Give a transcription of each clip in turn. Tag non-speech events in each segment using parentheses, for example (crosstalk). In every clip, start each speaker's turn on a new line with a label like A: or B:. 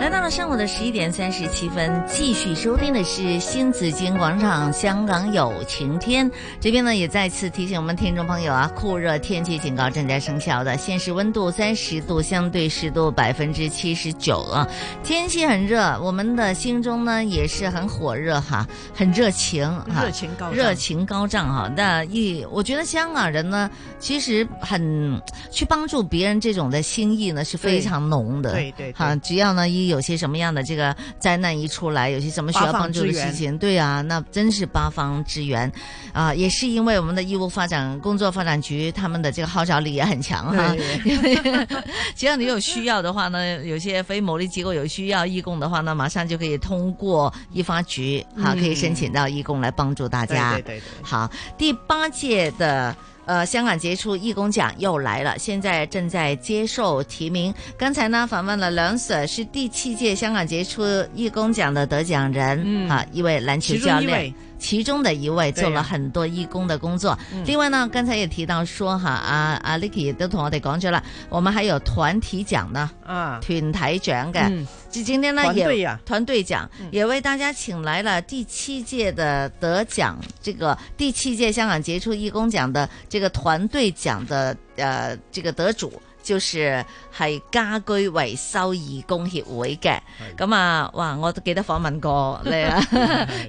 A: 来到了上午的十一点三十七分，继续收听的是新紫金广场《香港有晴天》。这边呢，也再次提醒我们听众朋友啊，酷热天气警告正在生效的，现时温度三十度，相对湿度百分之七十九啊。天气很热，我们的心中呢也是很火热哈，很热情哈，
B: 热情高
A: 嗯
B: 涨
A: 热情高涨哈。那一，我觉得香港人呢，其实很去帮助别人这种的心意呢是非
B: 对
A: 常浓的，
B: 对对对
A: 哈，只要呢一有些什么样的这个灾难一出来，有些什么需要
B: 八方
A: 帮助的
B: 支援
A: 事情，对啊，那真是八方支援啊、也是因为我们的义务发展工作发展局他们的这个号召力也很强 (laughs) 哈。
B: 对，
A: 只要你有需要的话呢，有些非牟利机构有需要义工的话呢，马上就可以通过义发局哈，
B: 嗯
A: 可以申请到义工来帮助大
B: 对
A: 家。
B: 对对对。
A: 好，第八届的。呃，香港杰出义工奖又来了，现在正在接受提名。刚才呢，访问了梁 Sir，是第七届香港杰出义工奖的得奖人，
B: 嗯
A: 啊，一位篮球
B: 其
A: 教
B: 中一
A: 练。
B: 位，
A: 其中的一位做
B: 对呀嗯
A: 了很多义工的工作。另外呢，刚才也提到说哈，阿阿 Licky 亦都同我哋講咗啦，我們還有團體獎呢，
B: 啊，
A: 團體獎嘅。
B: 嗯啊
A: 就今天呢，
B: 團隊
A: 也
B: 呀
A: 團队奖、也为大家请来了第七届的得奖，这个第七届香港杰出义工奖的这个团队奖的呃这个得主。就是係家居維修義工協會嘅，咁啊，哇！我都記得訪問過你啊，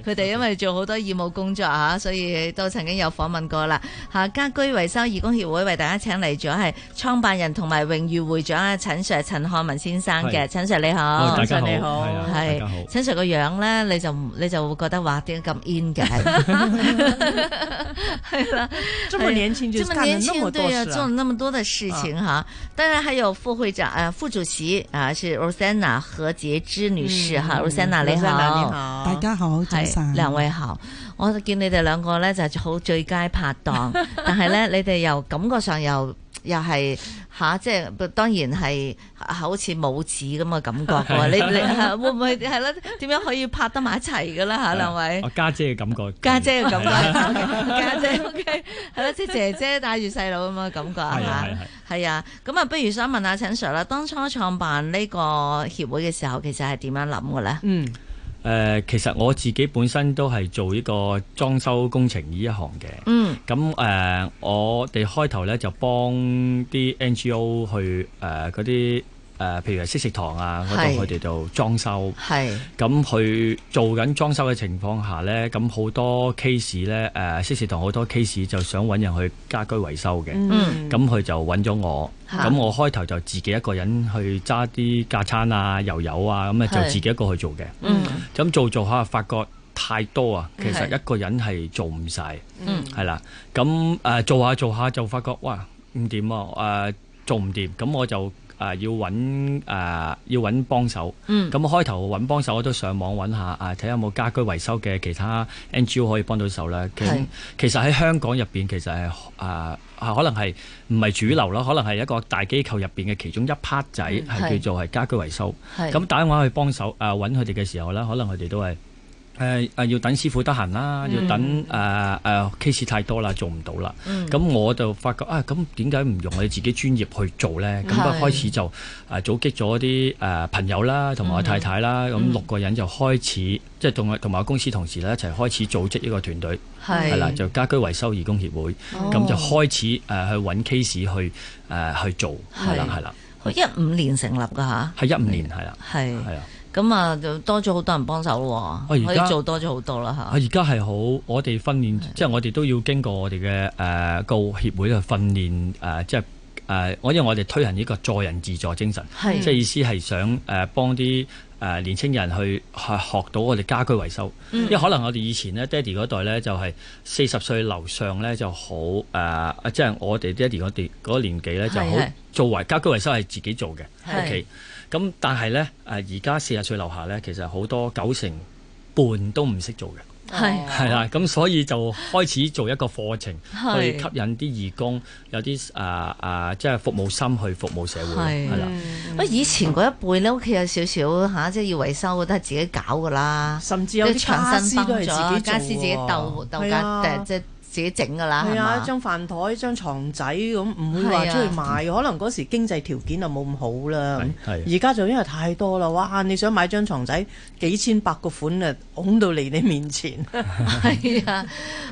A: 佢哋因為做好多義務工作啊，所以都曾經有訪問過啦。嚇，家居維修義工協會為大家請嚟咗係創辦人同埋榮譽會長啊陳 Sir 陳漢文先生嘅，
C: 係
A: 陳 Sir 你好。
C: 哦，
B: 早
C: 大
B: 晨
C: 家好，
B: 你好
C: 係啊，大家好。
A: 系，陳 Sir 個樣咧，你就唔你就會覺得哇，點解咁 in
B: (laughs)
A: 嘅？係啦，
B: 这么年轻就
A: 这么
B: 干了
A: 年
B: 那
A: 輕，
B: 么多
A: 對啊，
B: 事
A: 做了
B: 啊，
A: 那麼多的事情哈。當然還有副會長呃副主席啊，是 Rosanna 何洁之女士
B: 嗯
A: 哈，Rosanna 你
B: 你好，
A: 好。
B: 好
D: 大家好，早
A: 係
D: 晨，
A: 兩位好，我見你哋兩個咧就好最佳拍
C: (laughs)
A: 檔，但係咧你哋又感覺上又又係吓、即係當然係啊好似母子咁嘅感覺
C: (laughs)
A: 喎。你你係會唔會係啦？點樣可以拍得埋一齊嘅啦？嚇兩位
C: 我。哦家姐嘅感覺，
A: 家姐嘅感覺， (laughs) 家姐 OK，係啦，即係姐姐帶住細佬咁嘅感覺
C: 係啊
A: 啊
C: 係啊
A: 嚇，係啊，咁啊，不如想問下陳 Sir 啦，當初創辦呢個協會嘅時候，其實係點樣諗嘅咧？
B: 嗯，
C: 誒、其實我自己本身都係做呢個裝修工程呢一行嘅。
A: 嗯
C: 咁誒、我哋開頭咧就幫啲 NGO 去誒嗰啲誒，譬如係識食堂啊嗰
A: 係
C: 度，佢哋就裝修。
A: 係
C: 咁去做緊裝修嘅情況下呢，咁好多 case 呢，誒、識食堂好多 case 就想揾人去家居維修嘅。
A: 嗯
C: 咁佢就揾咗我，
A: 嚇
C: 咁我開頭就自己一個人去揸啲架撐啊、油油啊，咁啊就
A: 係
C: 自己一個去做嘅。
A: 嗯
C: 咁做做下發覺太多啊，其實
A: 係
C: 一個人係做唔晒，
A: 嗯
C: 係啦。咁誒、呃做下做下就發覺哇唔掂啊，誒、做唔掂，咁我就誒、呃要揾誒、呃要揾幫手。
A: 嗯
C: 咁開頭揾幫手我都上網揾下啊，睇下有冇家居維修嘅其他 NGO 可以幫到手啦。其
A: 係
C: 其實喺香港入邊其實係啊啊，可能係唔係主流啦，可能係一個大機構入邊嘅其中一 part 仔
A: 係
C: 係叫做係家居維修。
A: 係
C: 咁打電話去幫手啊揾佢哋嘅時候啦，可能佢哋都係。誒誒要等師傅得閒啦，要等誒誒 case 太多啦，做唔到啦。
A: 嗯
C: 咁我就發覺啊，咁點解唔用我哋自己專業去做呢？咁啊
A: 係
C: 開始就啊組織咗啲誒朋友啦，
A: 嗯
C: 同埋我太太啦，咁六個人就開始即係同埋同埋我公司同事咧一齊開始組織一個團隊，
A: 係
C: 係啦，就家居維修義工協會，
A: 哦
C: 咁就開始誒去揾 case 去誒去做，係啦
A: 係
C: 係啦，
A: 哦一五年成立㗎吓，
C: 係一五年係啦，
A: 係
C: 係啊。哦
A: 咁啊，就多咗好多人幫手咯
C: 我而
A: 喎，
C: 家
A: 可以做多咗好多啦
C: 啊！
A: 吓，
C: 而家係好，我哋訓練，即係我哋都要經過我哋嘅誒個協會嘅訓練誒、呃即係誒，呃我、因為我哋推行呢個助人自助精神，
A: 係
C: 即係意思係想誒、呃、幫啲誒、呃年青人去學學到我哋家居維修，
A: 嗯
C: 因為可能我哋以前咧爹哋嗰代咧就係四十歲樓上咧就好誒、呃即係我哋爹哋嗰代嗰個年紀咧就好
A: 係係
C: 做維家居維修係自己做嘅
A: 係
C: ，OK。咁呃但係咧誒而家四十歲樓下咧，其實好多九成半都唔識做嘅。
A: 係
C: 係啦，咁所以就開始做一個課程，
A: 係
C: 去吸引啲義工，有啲啊啊，即係服務心去服務社會，
A: 係
C: 係啦。
A: 喂，以前嗰一輩咧，屋企有少少吓，即係要維修，都係自己搞噶啦。
B: 甚至有啲家私都係自己做喎
A: 家私自己鬥鬥
B: 係啊
A: 架，即係自己整噶啦，
B: 係
A: 係
B: 啊，
A: 嘛？
B: 張飯台、張床仔咁，唔會話
A: 係啊
B: 出去買。可能嗰時經濟條件就冇咁好啦。
C: 係係
B: 而家就因為太多啦，哇！你想買張床仔，幾千百個款啊，拱到嚟你面前。
A: (laughs) 係啊，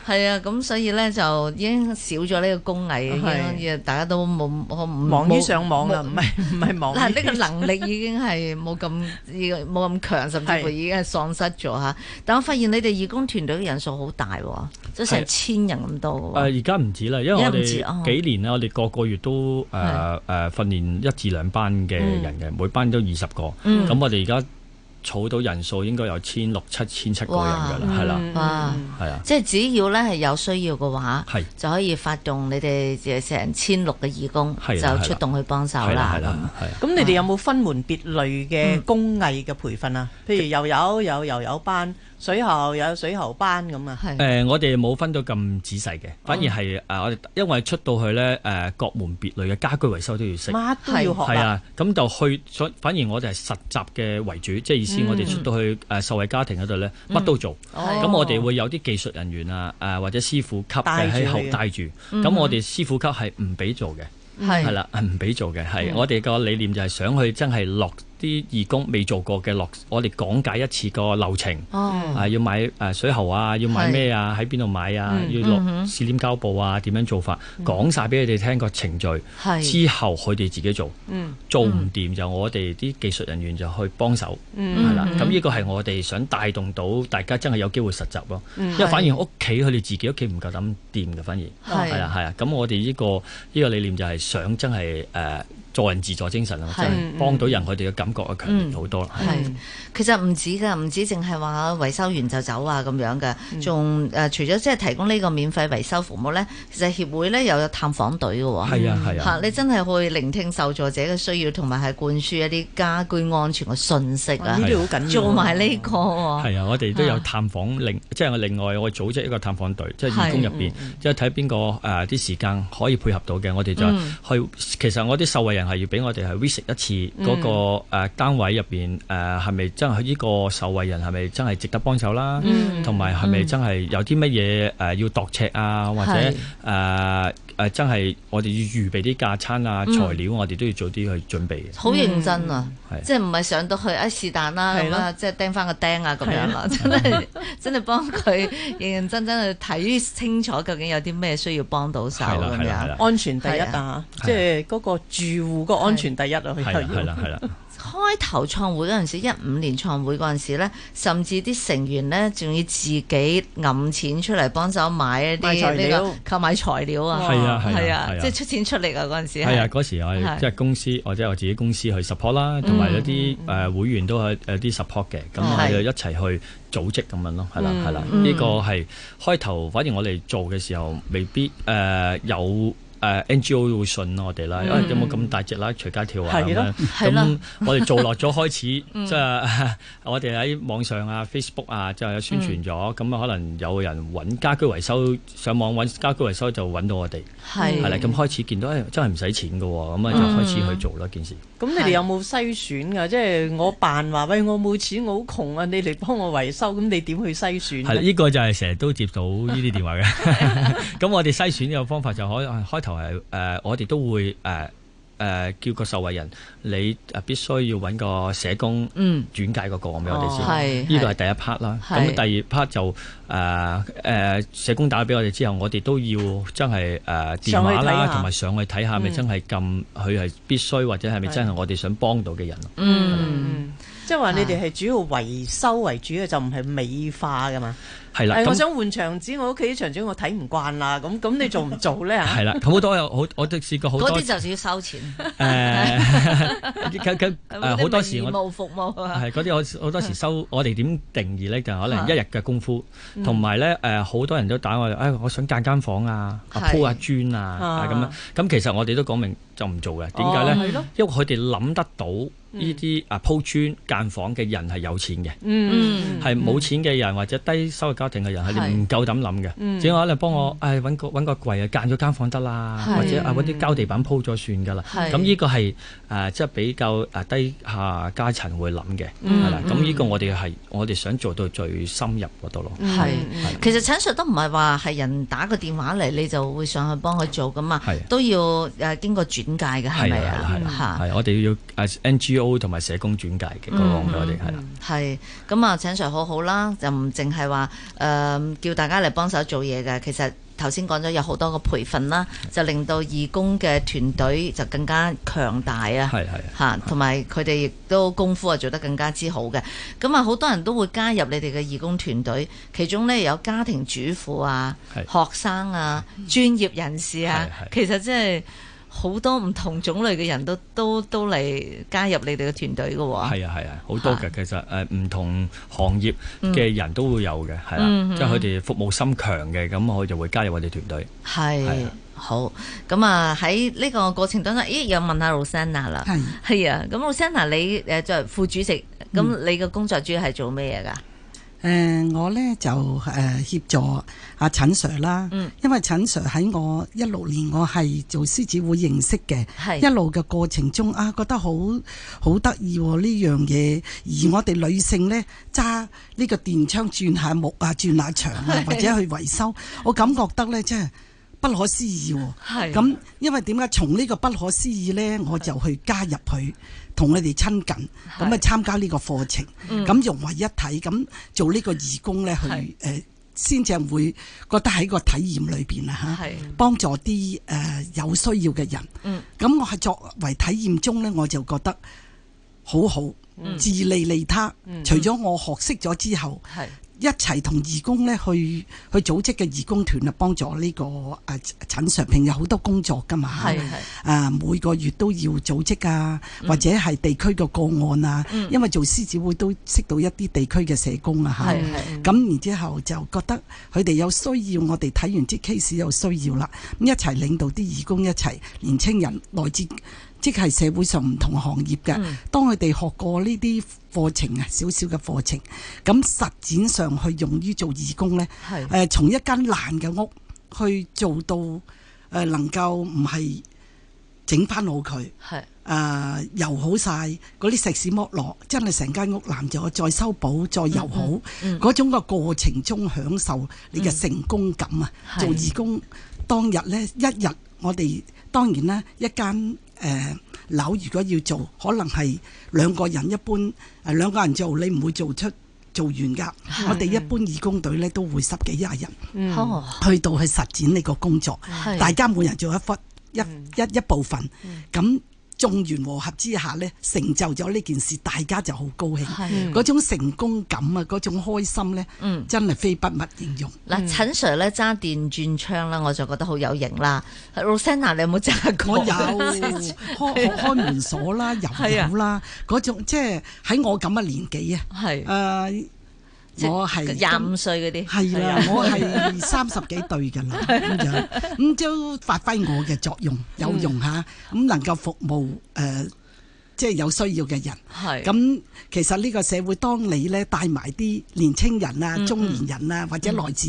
A: 係啊，咁所以咧就已經少咗呢個工藝，
B: 係
A: 已經大家都冇我唔
B: 忙
A: 嗯
B: 於
A: 冇
B: 上網啦，
A: 冇
B: 唔係唔係
A: (laughs)
B: 忙
A: 嗱，
B: 於。
A: 呢個能力已經係冇咁冇咁強，甚至乎
B: 係
A: 已經係喪失咗嚇。但我發現你哋義工團隊嘅人數好大喎，即係成
C: 係
A: 千人咁多
C: 誒
A: 嘅喎。
C: 而家唔止啦，因為我
A: 而家唔止哦
C: 哋幾年啦，我哋個個月都誒誒訓練一至兩班嘅人嘅，每班都二十個。
A: 嗯
C: 咁我哋而家儲到人數應該有千六七千七個人㗎啦，
A: 哇
C: 係啦，
B: 嗯
A: 哇
C: 係啊，
A: 即係只要咧係有需要嘅話，
C: 係
A: 就可以發動你哋成千六嘅義工
C: 係啦
A: 就出動去幫手
C: 係啦，
A: 啦
C: 係。啦，係啊。
B: 咁你哋有冇分門別類嘅
A: 嗯
B: 工藝嘅培訓啊？譬如又有有又有班，水喉又有水喉班咁啊。
A: 係
C: 誒、我哋冇分到咁仔細嘅，反
A: 哦
C: 而係誒、我哋因為出到去咧誒、各門別類嘅家居維修都要識。
B: 乜都要學
C: 係
B: 啦。
C: 啊，咁就去所反而我哋係實習嘅為主，即係意
B: 嗯
C: 思我哋出到去誒受惠家庭嗰度咧，乜都做。咁
A: 哦
C: 我哋會有啲技術人員啊，誒或者師傅級
B: 哦帶
C: 嘅
B: 住
C: 喺後
B: 你啊嗯嘅
C: 帶住。咁我哋師傅級係唔俾做嘅，
B: 嗯
C: 係
A: 係
C: 啦，係唔俾做嘅。係我哋個理念就係想去真係落啲義工未做過嘅落，我哋講解一次個流程。
B: 嗯
A: 哦，
C: 啊，要買誒水喉啊，要買咩啊，喺邊度買啊，
B: 嗯
C: 要落試黏膠布啊，點樣做法，講晒俾佢哋聽個程序。
A: 係
C: 之後佢哋自己做，
B: 嗯
C: 做唔掂就我哋啲技術人員就去幫手，
B: 嗯
C: 係啦。咁呢個係我哋想帶動到大家真係有機會實習咯。因為
A: 係
C: 反而屋企佢哋自己屋企唔夠膽掂嘅，反而
A: 係
C: 係啊係啊。咁我哋呢個呢個理念就係想真係誒助人自助精神啊，
A: 係
C: 真係幫到人，佢哋嘅感覺啊強烈好多啦。係
B: 嗯
A: 係，其實唔止㗎，唔止淨係話維修完就走啊咁樣嘅，
C: 嗯
A: 仲誒、呃除咗即係提供呢個免費維修服務咧，其實協會咧又有探訪隊嘅喎。
C: 係啊係啊
A: 嚇，你真係去聆聽受助者嘅需要，同埋係灌輸一啲家居安全嘅信息
B: 哇
A: 啊
B: 呢，啲好緊要。
A: 做埋呢個喎。
C: 哦係啊，我哋都有
A: 啊
C: 探訪另，即係我另外我組織一個探訪隊，即係
A: 係嗯
C: 義工入邊，即係睇邊個誒啲時間可以配合到嘅，我哋就
A: 嗯
C: 去。其實我啲受惠人係要俾我哋係 visit 一
A: 嗯
C: 次嗰個誒單位入邊誒係咪真係呢個受惠人係咪真係值得幫手
A: 嗯
C: 啦？同埋係咪真係有啲乜嘢誒要度尺啊，或者
A: 係
C: 誒誒真係我哋要預備啲架撐啊
A: 嗯
C: 材料，我哋都要早啲去準備嘅。
A: 好認真啊！
C: 嗯係
A: 即係唔係上到去啊是但啦
B: 係
A: 咁
B: 咯
A: 啊，即係釘翻個釘啊咁樣啦，真係 (laughs) 真係幫佢認認真真去睇清楚究竟有啲咩需要幫到手
C: 係啦
A: 咁
C: 係啦係
A: 樣
C: 啦。
B: 安全第一
A: 係
B: 啊！即係嗰個住戶個安全第一啊！佢
C: 係
B: 就
C: 啦
B: 要
C: 係啦係啦。
A: 開頭創會嗰陣時，一五年創會嗰陣時咧，甚至啲成員咧仲要自己揞錢出嚟幫手買一
B: 買材
A: 啲呢
B: 料
A: 個購買材料啊，
C: 係啊係啊
A: 係
C: 係啊
A: 即係出錢出力啊嗰陣時係。
C: 係啊，嗰時我
A: 係
C: 哋即係公司或者我自己公司去 support 啦，
B: 嗯
C: 同埋有啲誒會員都有有啲 support 嘅，咁我哋
B: 哦係嗯
C: 一齊去組織咁樣咯，係啦係啦，呢個係開頭，反而我哋做嘅時候未必誒有。誒 NGO 會信我哋啦，啊有冇咁大隻啦，隨街跳啊咁
B: 嗯係咯嗯
C: 樣。
A: 係咯
C: 咁
B: (laughs)
C: 我哋做落咗開始，即係 (laughs) 我哋喺網上啊、Facebook 啊，就有宣傳咗。咁啊，可能有人揾家居維修，上網揾家居維修就揾到我哋。
A: 係
C: 係啦，咁開始見到誒真係唔使錢嘅喎，咁啊就開始去做啦件事。
B: 咁你哋有冇篩選㗎？即係我扮話喂，我冇錢，我好窮啊！你嚟幫我維修，咁你點去篩選啊
C: 係啦，
B: 呢？
C: 呢個就係成日都接到呢啲電話 (laughs) 嘅。咁我哋篩選嘅方法就可 (laughs) 開頭係誒，我哋都會誒誒叫個受惠人，你誒必須要揾個社工
A: 嗯
C: 轉介個個案俾我
B: 哦
C: 哋
A: 係
C: 先。呢個係第一 part 啦。咁
A: 係
C: 第二 part 就誒誒社工打俾我哋之後，我哋都要真係誒電話
B: 上去睇下
C: 啦，同埋上去睇下係咪真係咁佢係必須，或者係咪真係我哋想幫到嘅人咯。
A: 嗯。
B: 即係話你哋係主要維修為主嘅，就唔係美化㗎嘛。
C: 係啦，
B: 誒，我
C: 咁。
B: 想換牆紙，我屋企啲牆紙我睇唔慣啦。咁咁你做唔
A: (laughs)
B: 做咧？
C: 係啦，咁好多有好，我都試過好多
A: 啊嗰啲就要收錢，
C: 誒，
A: (laughs)
C: 咁咁誒好多時
A: 嗰啲咪義
C: 我
A: 務服務啊，
C: 係嗰啲我好多時收，我哋點定義咧？就可能一日嘅功夫，
A: 嗯
C: 同埋咧誒好多人都打我哋，誒我想間間房啊，啊
A: 係
C: 鋪下磚啊啊咁樣
B: 啊，
C: 咁其實我哋都講明就唔做嘅，點
A: 嗯
B: 哦
C: 解
B: 係
C: 咧
B: 咯？
C: 因為佢哋諗得到呢啲啊鋪磚間房嘅人係有錢嘅，
B: 嗯，
C: 係冇錢嘅人或者低收入家庭嘅人係
A: 係嗯
C: 唔夠膽諗嘅，只可能幫我誒揾個揾個櫃啊間咗間房得啦，
A: 係嗯
C: 或者啊揾啲膠地板鋪咗算㗎啦。
A: 係
C: 咁呢個係誒即係比較誒低下階層會諗嘅，
B: 嗯
A: 嗯
C: 係啦。咁呢個我哋係我哋想做到最深入嗰度
B: 嗯
C: 咯。
A: 係，其實陳述都唔係話係人打個電話嚟，你就會上去幫佢做噶嘛
C: 係，
A: 都要誒經過轉介嘅，係咪啊？嚇，
C: 係我哋要呃誒 NGO 同埋社工轉介
A: 嗯
C: 嘅嗰個我哋係啦。
A: 係咁啊，陳述好好啦，就唔淨係話誒叫大家嚟幫手做嘢嘅，其實。頭先講咗有好多個培訓啦，就令到義工嘅團隊就更加強大啊！
C: 係係啊
A: 嚇，同埋佢哋亦都功夫啊做得更加之好嘅。咁啊，好多人都會加入你哋嘅義工團隊，其中呢，有家庭主婦啊、
C: 係嗯
A: 學生啊、專業人士啊，其
C: 係
A: 實真係好多唔同種類嘅人都都都嚟加入你哋嘅團隊嘅喎。
C: 係啊係啊，好多嘅其實誒唔同行業
A: 嗯
C: 嘅人都會有嘅，係啦，即係佢哋服務心強嘅，咁佢就會加入我哋團隊。
A: 係
C: 係啊
A: 好咁啊！喺呢個過程當中，咦？又問下 Rosanna 啦，
D: 係
A: 係啊。咁 Rosanna，你誒作為副主席，咁
D: 嗯
A: 你嘅工作主要係做咩嘢㗎？
D: 誒、我咧就誒、協助阿陳 Sir 啦，
A: 嗯
D: 因為陳 Sir 喺我一六年我係做獅子會認識嘅，一
A: 係
D: 路嘅過程中啊，覺得好好得意喎呢樣嘢，而我哋女性咧揸呢個電槍轉下木啊，轉下牆啊，或者去維修，我感覺得咧真係不可思議喎、
A: 係
D: 咁因為點解從呢個不可思議呢，我就去加入佢，同佢哋親近，咁啊
A: 係嗯
D: 參加呢個課程，咁融為一體，咁做呢個義工呢，去
A: 係
D: 誒，先至會覺得喺個體驗裏邊啊嚇
A: 係，
D: 幫助啲誒、呃有需要嘅人。
A: 嗯
D: 咁我係作為體驗中呢，我就覺得好好，
A: 嗯
D: 自利利他。除咗我學識咗之後。
A: 係
D: 一齊同義工咧去去組織嘅義工團啊，幫助呢、個啊陳 Sir 平有好多工作噶嘛，
A: 係嗯係
D: 啊每個月都要組織啊，或者係地區嘅個案啊，
A: 嗯
D: 因為做獅子會都識到一啲地區嘅社工啊嚇
A: 係。係
D: 咁然之後就覺得佢哋有需要，我哋睇完啲 case 有需要啦，咁一齊領導啲義工一齊，年青人來自即係社會上唔同行業嘅，當佢哋學過呢啲課程啊，少少嘅課程，咁實踐上去用於做義工呢，
A: 係
D: 誒、從一間爛嘅屋去做到誒、呃能夠唔係整翻好佢。
A: 係
D: 啊、油好晒，嗰啲石屎剝落，真係成間屋爛咗，再修補，再油好，嗰、種個過程中享受你嘅成功感啊！
A: 係
D: 做義工當日呢，一日我哋當然啦，一間誒、呃、樓如果要做，可能係兩個人一般誒、呃、兩個人做，你唔會做出做完㗎。我哋一般義工隊呢，都會十幾廿人。
A: 哦
D: 去到去實踐你個工作
A: 係，嗯
D: 大家每人做一忽一一一部分，咁眾緣和合之下呢，成就咗呢件事，大家就好高興，
A: 係
D: 嗰種成功感啊，嗰種開心呢，
A: 嗯
D: 真係非筆墨形容。
A: 嗱，陳 Sir 咧揸電轉槍啦，我就覺得好有型啦。Rosanna，你有冇揸過？
D: 我有 (laughs) 開
A: (laughs)
D: 開開門鎖啦，油
A: 係啊
D: 油啦，嗰種即係喺我咁嘅年紀啊，
A: 係
D: 誒、我係
A: 廿五歲嗰啲，
D: 係啦，我係三十幾對㗎啦，咁樣咁都發揮我嘅作用，有用嚇，咁能夠服務誒、呃即係有需要嘅人。
A: 係
D: 咁其實呢個社會，當你咧帶埋啲年青人
A: 嗯
D: 啊、中年人啊，或者來自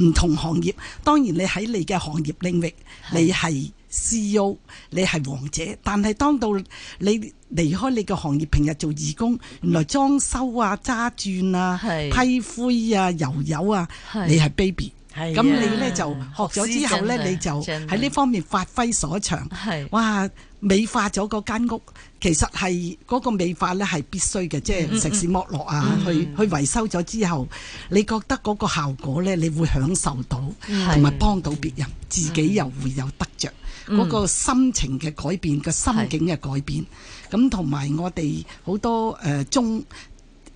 D: 唔同行業，當然你喺你嘅行業領域，你係 CEO，你係王者。但係當到你離開你嘅行業，平日做義工，原來裝修啊、揸鑽啊、
A: 嗯係
D: 批灰啊、油油啊
A: 係，
D: 你係 baby。
B: 係
D: 咁
B: 啊
D: 你咧就學咗之後
A: 真係
D: 咧，你就
A: 真係
D: 喺呢方面發揮所長。
A: 係
D: 哇！美化咗嗰間屋，其實係嗰個美化咧係必須嘅，
A: 嗯
D: 即係食肆剝落啊，去去維修咗之後，你覺得嗰個效果咧，你會享受到，
A: 嗯
D: 同埋幫到別人，自己又會有得着。
A: 嗯
D: 嗰個心情嘅改變，個心境嘅改變，咁同埋我哋好多誒、呃中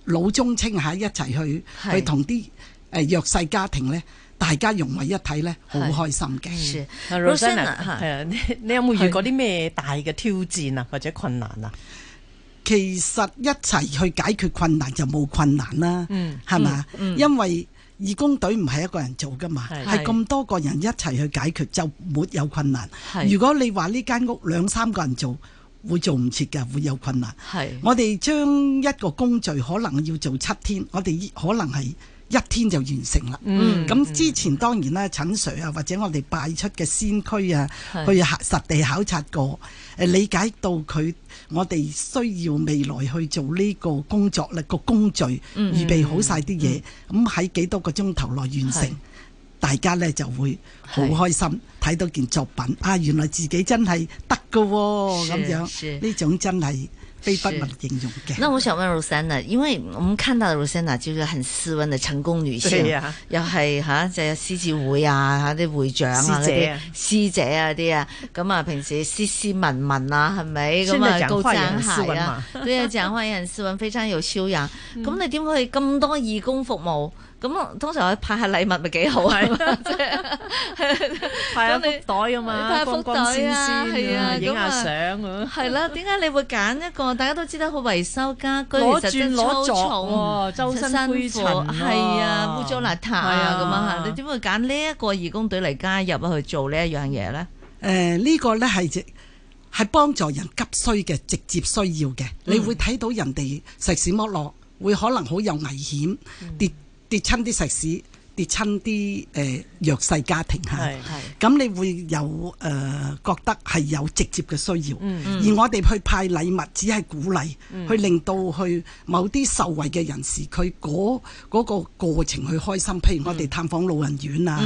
D: 老中青下一齊去
A: 係
D: 去同啲誒弱勢家庭咧，大家融為一體咧，好
A: 係
D: 開心嘅。
A: 是
B: 啊
A: Rosanna，
B: Rosanna，
A: 嚇
B: 係啊，你你有冇遇過啲咩大嘅挑戰啊，或者困難啊？
D: 其實一齊去解決困難就冇困難啦，
B: 嗯
D: 係嘛？因為義工隊唔係一個人做噶嘛，
B: 係
D: 係咁多個人一齊去解決就沒有困難
A: 係。
D: 如果你話呢間屋兩三個人做，會做唔切嘅，會有困難。
A: 係
D: 我哋將一個工序可能要做七天，我哋可能係一天就完成啦。
B: 嗯，
D: 咁之前當然啦，陳 Sir 啊，或者我哋拜出嘅先驅啊，
A: 係
D: 去考實地考察過，誒理解到佢我哋需要未來去做呢個工作咧個工序，
A: 嗯
D: 預備好晒啲嘢，咁喺幾多個鐘頭內完
A: 係
D: 成，大家咧就會好開心，睇到件作品啊，原來自己真係得㗎喎，咁
A: 是
D: 樣呢種真係非不
A: 是
D: 能形容嘅。
A: 那我想問 Rosanna，因為我們看到的 Rosanna 就是很斯文的成功女性
B: 對啊，
A: 又係吓就有獅子會啊，吓啲會長啊
B: 師
A: 嗰
B: 姐
A: 啲
B: 啊
A: 師姐啊嗰啲啊，咁啊平時斯斯文文啊，係咪
B: 先
A: 咁
B: 係
A: 啊
B: 講
A: 高
B: 翻
A: 踭
B: 人斯
A: 鞋
B: 文
A: 啊
B: 嘛，
A: 對啊，講話有人斯文，非常有修養。咁你點可以咁多義工服務？咁通常去派下禮物咪幾好
B: (laughs)
A: 啊？ (laughs) 即係
B: 派一
A: 咁你
B: 福袋啊
A: 你派
B: 嘛，
A: 一
B: 光
A: 福袋啊
B: 光鮮
A: 係
B: 鮮
A: 啊
B: 啊，影
A: 咁
B: 下
A: 啊
B: 相咁。
A: 係
B: (laughs)
A: 啦，點解你會揀一個大家都知道好維修家居，
B: 攞
A: 其實
B: 鑽
A: 真係
B: 攞
A: 粗
B: 鑿
A: 重
B: 喎周身灰
A: 辛
B: 塵
A: 苦
B: 喎
A: 係啊，污糟邋遢
B: 係
A: 啊
B: 啊
A: 咁啊嚇，你點會揀呢一個義工隊嚟加入去做呢一樣嘢咧？
D: 誒、呢、個呢係直係幫助人急需嘅直接需要嘅，
A: 嗯
D: 你會睇到人哋石屎剝落，會可能好有危險，跌跌親啲石屎，跌親啲誒弱勢家庭嚇
B: 係。
A: 係
D: 咁你會有誒、呃、覺得係有直接嘅需要，
B: 嗯
D: 而我哋去派禮物只係鼓勵，去令到去某啲受惠嘅人士，佢嗰嗰個過程去開心。譬如我
B: 嗯
D: 哋探訪老人院啊，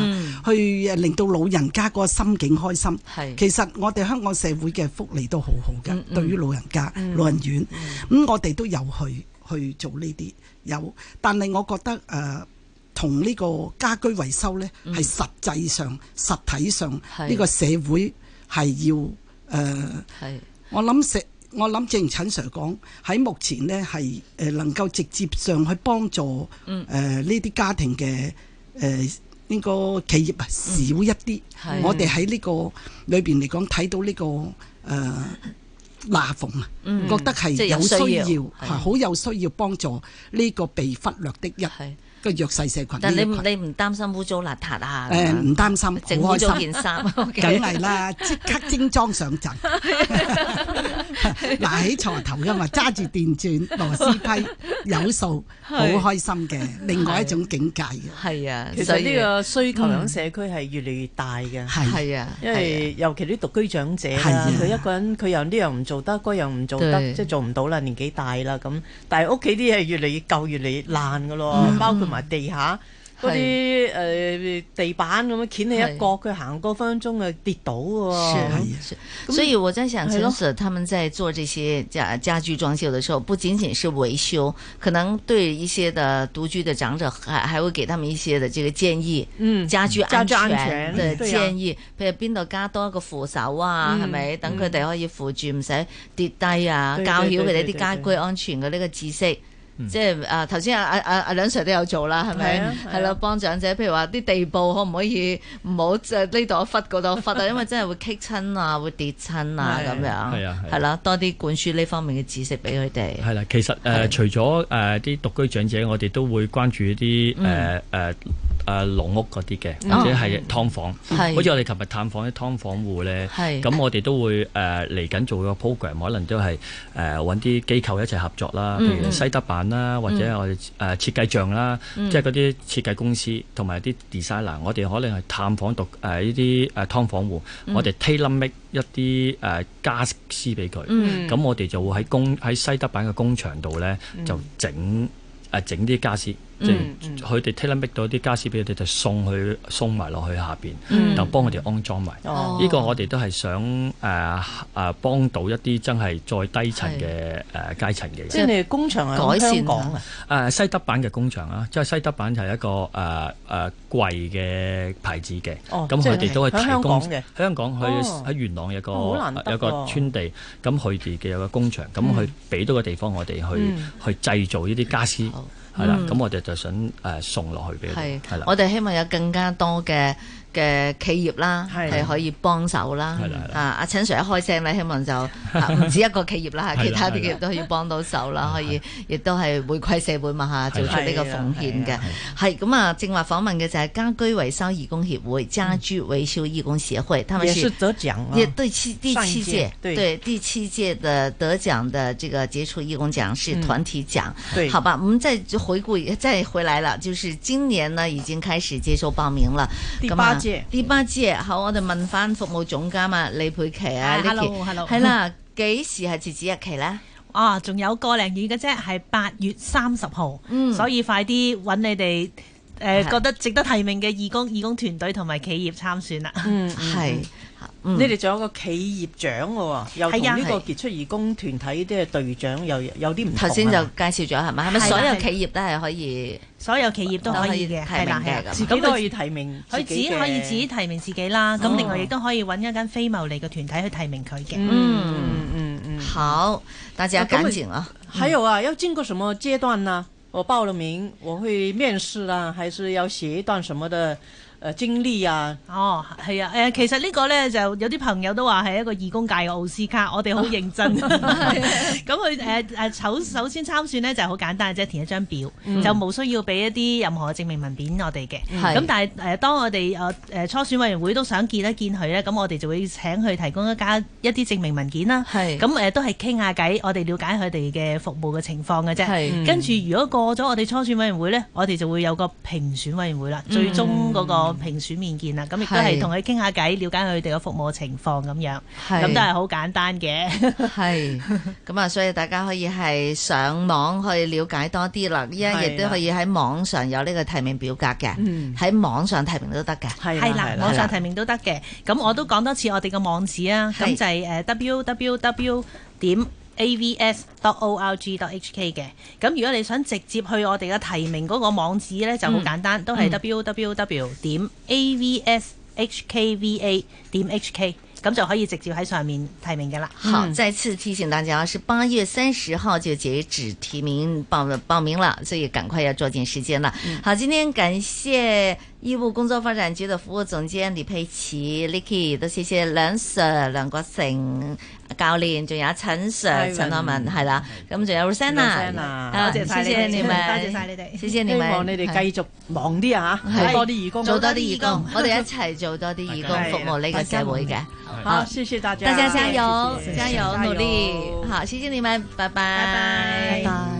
D: 去誒令到老人家個心境開心。
A: 係
D: 其實我哋香港社會嘅福利都好好嘅，
A: 嗯嗯嗯
D: 對於老人家、老人院，咁、我哋都有去去做呢啲有，但係我覺得誒。呃同呢個家居維修呢，係實際上、實體上
A: 嗯係
D: 呢個社會係要誒、呃
A: 係
D: 我諗社，我諗正如陳 Sir 講，喺目前呢係誒能夠直接上去幫助
A: 嗯
D: 誒呢啲家庭嘅誒呢個企業啊少一啲。
A: 嗯係
D: 我哋喺呢個裏邊嚟講睇到呢、個誒。呃罅縫啊，覺得係
A: 嗯即係有
D: 有需
A: 需要
D: 要，
A: 係
D: 嚇好有需要幫助呢個被忽略的一
A: 係，
D: 個弱勢社群呢
A: 但
D: 一
A: 你
D: 群。
A: 唔你唔擔心污糟邋遢啊？咁
D: 誒
A: 樣
D: 唔擔
A: 整
D: 心，好
A: 污咗
D: 開心
A: 件，
B: (laughs)
A: 衫，
D: (laughs) 梗
A: OK
D: 係啦，即刻精裝上陣， (laughs) 嗱起床頭噶嘛，揸住電鑽螺絲批，有數，好開心嘅，另外一種境界嘅，
A: 係啊，
B: 其
A: 所
B: 實
A: 以嗯
B: 呢個需求喺社區係越嚟越大嘅。
D: 係
A: 係啊，
B: 因
A: 係啊
B: 為尤其啲獨居長者
D: 係
B: 啦
D: 啊，
B: 佢一個人佢又呢樣唔做得，嗰樣唔做
A: 對
B: 得，即係做唔到啦，年紀大啦咁。但係屋企啲嘢越嚟越舊，越嚟越爛噶咯，
A: 嗯
B: 包括埋地下嗰啲誒地板咁樣掀起一角，佢行過分分鐘啊跌倒喎。
D: 係啊
A: 是，所以我在想，陈 Sir 他们在做这些家家居装修的时候，不仅仅是维修，可能对一些的独居的长者还还会给他们一些的这个建议，
B: 嗯
A: 家居安
B: 家居安
A: 全
B: 全
A: 的
B: 對啊嗯
A: 建議，譬如邊度加多一個扶手啊，係咪？等佢哋可以扶住，唔使跌低啊，
B: 對對
A: 教曉佢哋
B: 對對
A: 啲
B: 對
A: 家居安全嘅呢個知識。即係啊，頭先阿阿阿梁 Sir 都有做啦，係
B: 係
A: 咪
B: 啊？係啊
A: 係啦，幫長者，譬如話啲地步可唔可以唔好就呢度一忽嗰度一忽啊？因為真係會棘親啊，會跌親啊
B: 係
A: 咁樣。
C: 係啊係啊
A: 係啦，多啲灌輸呢方面嘅知識俾佢哋。
C: 係啦，其實誒、呃
A: 係
C: 除咗誒啲獨居長者，我哋都會關注啲
A: 嗯
C: 誒誒誒農屋嗰啲嘅，或者係劏房。
A: 哦係
C: 好似我哋琴日探訪啲劏房戶咧，
A: 係
C: 咁我哋都會誒嚟緊做個 program，可能都係誒揾啲機構一齊合作
A: 嗯
C: 啦，譬如西德版啦，或者我哋誒設計匠啦，
A: 嗯
C: 即係嗰啲設計公司同埋啲 designer，我哋可能係探訪獨誒呢啲誒劏房戶，
A: 嗯
C: 我哋 tailor make 一啲誒家私俾佢。
A: 嗯
C: 咁我哋就會喺工喺西德版嘅工場度咧，就整誒整啲家私，
A: 嗯
C: 即係佢哋 tailor make 到啲家私俾佢哋，就送去送埋落去下邊，
A: 嗯
B: 嗯
C: 就幫佢哋安裝埋。
B: 哦
C: 呢個我哋都係想誒誒幫到一啲真係再低層嘅誒階層嘅人。
B: 即係你哋工場
A: 改
B: 係
A: 善啊
B: 香港啊，
C: 誒、西德版嘅工場啦，即係西德版就係一個誒誒、貴嘅牌子嘅，
B: 哦
C: 咁佢
B: 即
C: 哋
B: 係
C: 都係
B: 喺
C: 提
B: 香
C: 供
B: 港嘅
C: 香港去
B: 哦
C: 喺元朗有個、呃
B: 哦好難得
C: 有個
B: 喎
C: 村地，咁佢哋嘅有個工場，咁佢俾到個地方我哋去、
B: 嗯
C: 去製造呢啲家私，
A: 好
C: 呃係啦，咁我哋就想誒、送落去俾佢
A: 係
C: 哋，係啦，
A: 我哋希望有更加多嘅嘅企業啦，
B: 係
A: 係可以幫手啦
C: 係啦係。
A: 啊，
C: 啦
A: 阿陳 Sir 一開聲咧，希望 (laughs) 就啊唔止一個企業啦，
C: 係啦
A: 其他啲
C: 係啦
A: 企業都可以幫到手啦，可以亦都係回饋社會嘛嚇，做出呢個奉獻嘅。係咁啊，正話訪問嘅就係家居維修義工協會、家居維修義工協會，他們
B: 也
A: 是
B: 是得奖啊
A: 也，对七第
B: 上一
A: 七
B: 届
A: 届
B: 对
A: 第七届的得奖的这个杰出义工奖是团体奖，
B: 嗯对
A: 好吧，我们再就回顾一再回来了，就是今年呢已经开始接受报名了，
B: 第
A: 咁
B: 八
A: 啊
B: 届
A: 第八届，好，我哋問翻服務總監啊李佩琪啊
B: 哎
E: 啊
A: Nicky
E: hello，hello
A: 係啦， (laughs) 幾時係截止日期咧？
E: 啊，仲有個零月嘅啫，係八月三十號，
A: 嗯
E: 所以快啲揾你哋誒、呃、
A: 係
E: 覺得值得提名嘅義工、義工團隊同埋企業參選啦。
B: 嗯，
A: 係，嗯
B: 你哋仲有個企業獎喎，又同
E: 係啊
B: 呢個
A: 係
B: 傑出義工團體啲隊長又有啲唔同啊。
A: 頭先就介紹咗係咪？係咪
E: 係啦
A: 所有
E: 係
A: 企業都係可以？
E: 所有企業都可以嘅，
A: 都可以
E: 係啦
A: 提名嘅
E: 係啦
A: 咁
B: 自己都可以提名
E: 佢自己
B: 嘅
E: 可以自己提名自己啦，咁、
A: 哦
E: 另外亦都可以揾一間非牟利嘅團體去提名佢嘅。
B: 嗯嗯嗯。
A: 好，大家
B: 哦咁
A: 趕
B: 咪
A: 緊啊！
B: 还有啊，要经过什么阶段呢？我报了名，我会面试啦，还是要写一段什么的呃经历啊？
E: 哦，係啊，誒、其實呢個呢，就有啲朋友都話係一個義工界嘅奧斯卡，我哋好
A: (laughs)
E: 認真。 (laughs) 咁佢誒誒首首先參選呢就係好簡單嘅啫，填一張表，
A: 嗯
E: 就冇需要俾一啲任何嘅證明文件我哋嘅。
A: 係
E: 咁但係誒、呃，當我哋誒誒初選委員會都想見一見佢呢，咁我哋就會請佢提供一家一啲證明文件啦。
A: 係
E: 咁誒、呃都係傾下偈，我哋了解佢哋嘅服務嘅情況嘅啫。
A: 係嗯
E: 跟住如果過咗我哋初選委員會呢，我哋就會有個評選委員會
A: 嗯
E: 啦，最終嗰個評選面見啦。咁亦都
A: 係
E: 係同佢傾下偈，了解佢哋嘅服務情況咁樣，
A: 係
E: 咁都係好簡單嘅。
A: 系，咁
B: (laughs)
A: 啊，所以大家可以係上網去了解多啲啦。依家亦
B: 係
A: 都
B: 啦嗯
A: 可以喺網上有呢個提名表格嘅，喺網上提名都得嘅。
B: 係
E: (laughs) 係啦，網
A: 係啦
E: 上提名都得嘅。咁我都講多次我哋嘅網址啊，咁
A: 係
E: 就係誒 www 點 avs.org.hk 嘅。咁如果你想直接去我哋嘅提名嗰個網址呢，就好簡單，都係 www 點 avshkva 點 hk，咁就可以直接喺上面提名嘅啦。
A: 好，再次提醒大家，是八月三十号就截止提名报报名了，所以赶快要抓紧时间了。好，今天感谢义务工作发展局的服务总监李佩琪 Licky，都谢谢梁 Sir 梁國成教練，仲有陳 Sir
B: Ivan
A: 陳樂文係啦，咁仲有 Rosanna，啊
B: 啊
E: 多謝晒
A: 謝謝
E: 你哋
A: 你們，
E: 多謝晒你哋
A: 謝謝你
B: 希
A: 們，
B: 望你哋繼續忙啲啊，
A: 係
B: 做多啲義工，
A: 做多啲義工，我哋一齊做多啲義工
B: 係
A: 服務呢個社會嘅。
B: 好，謝謝大家，
A: 大家加油，加油，
B: 謝謝
A: 努力
B: 加油！
A: 好，谢谢你们，拜拜，
E: 拜拜
A: 拜拜。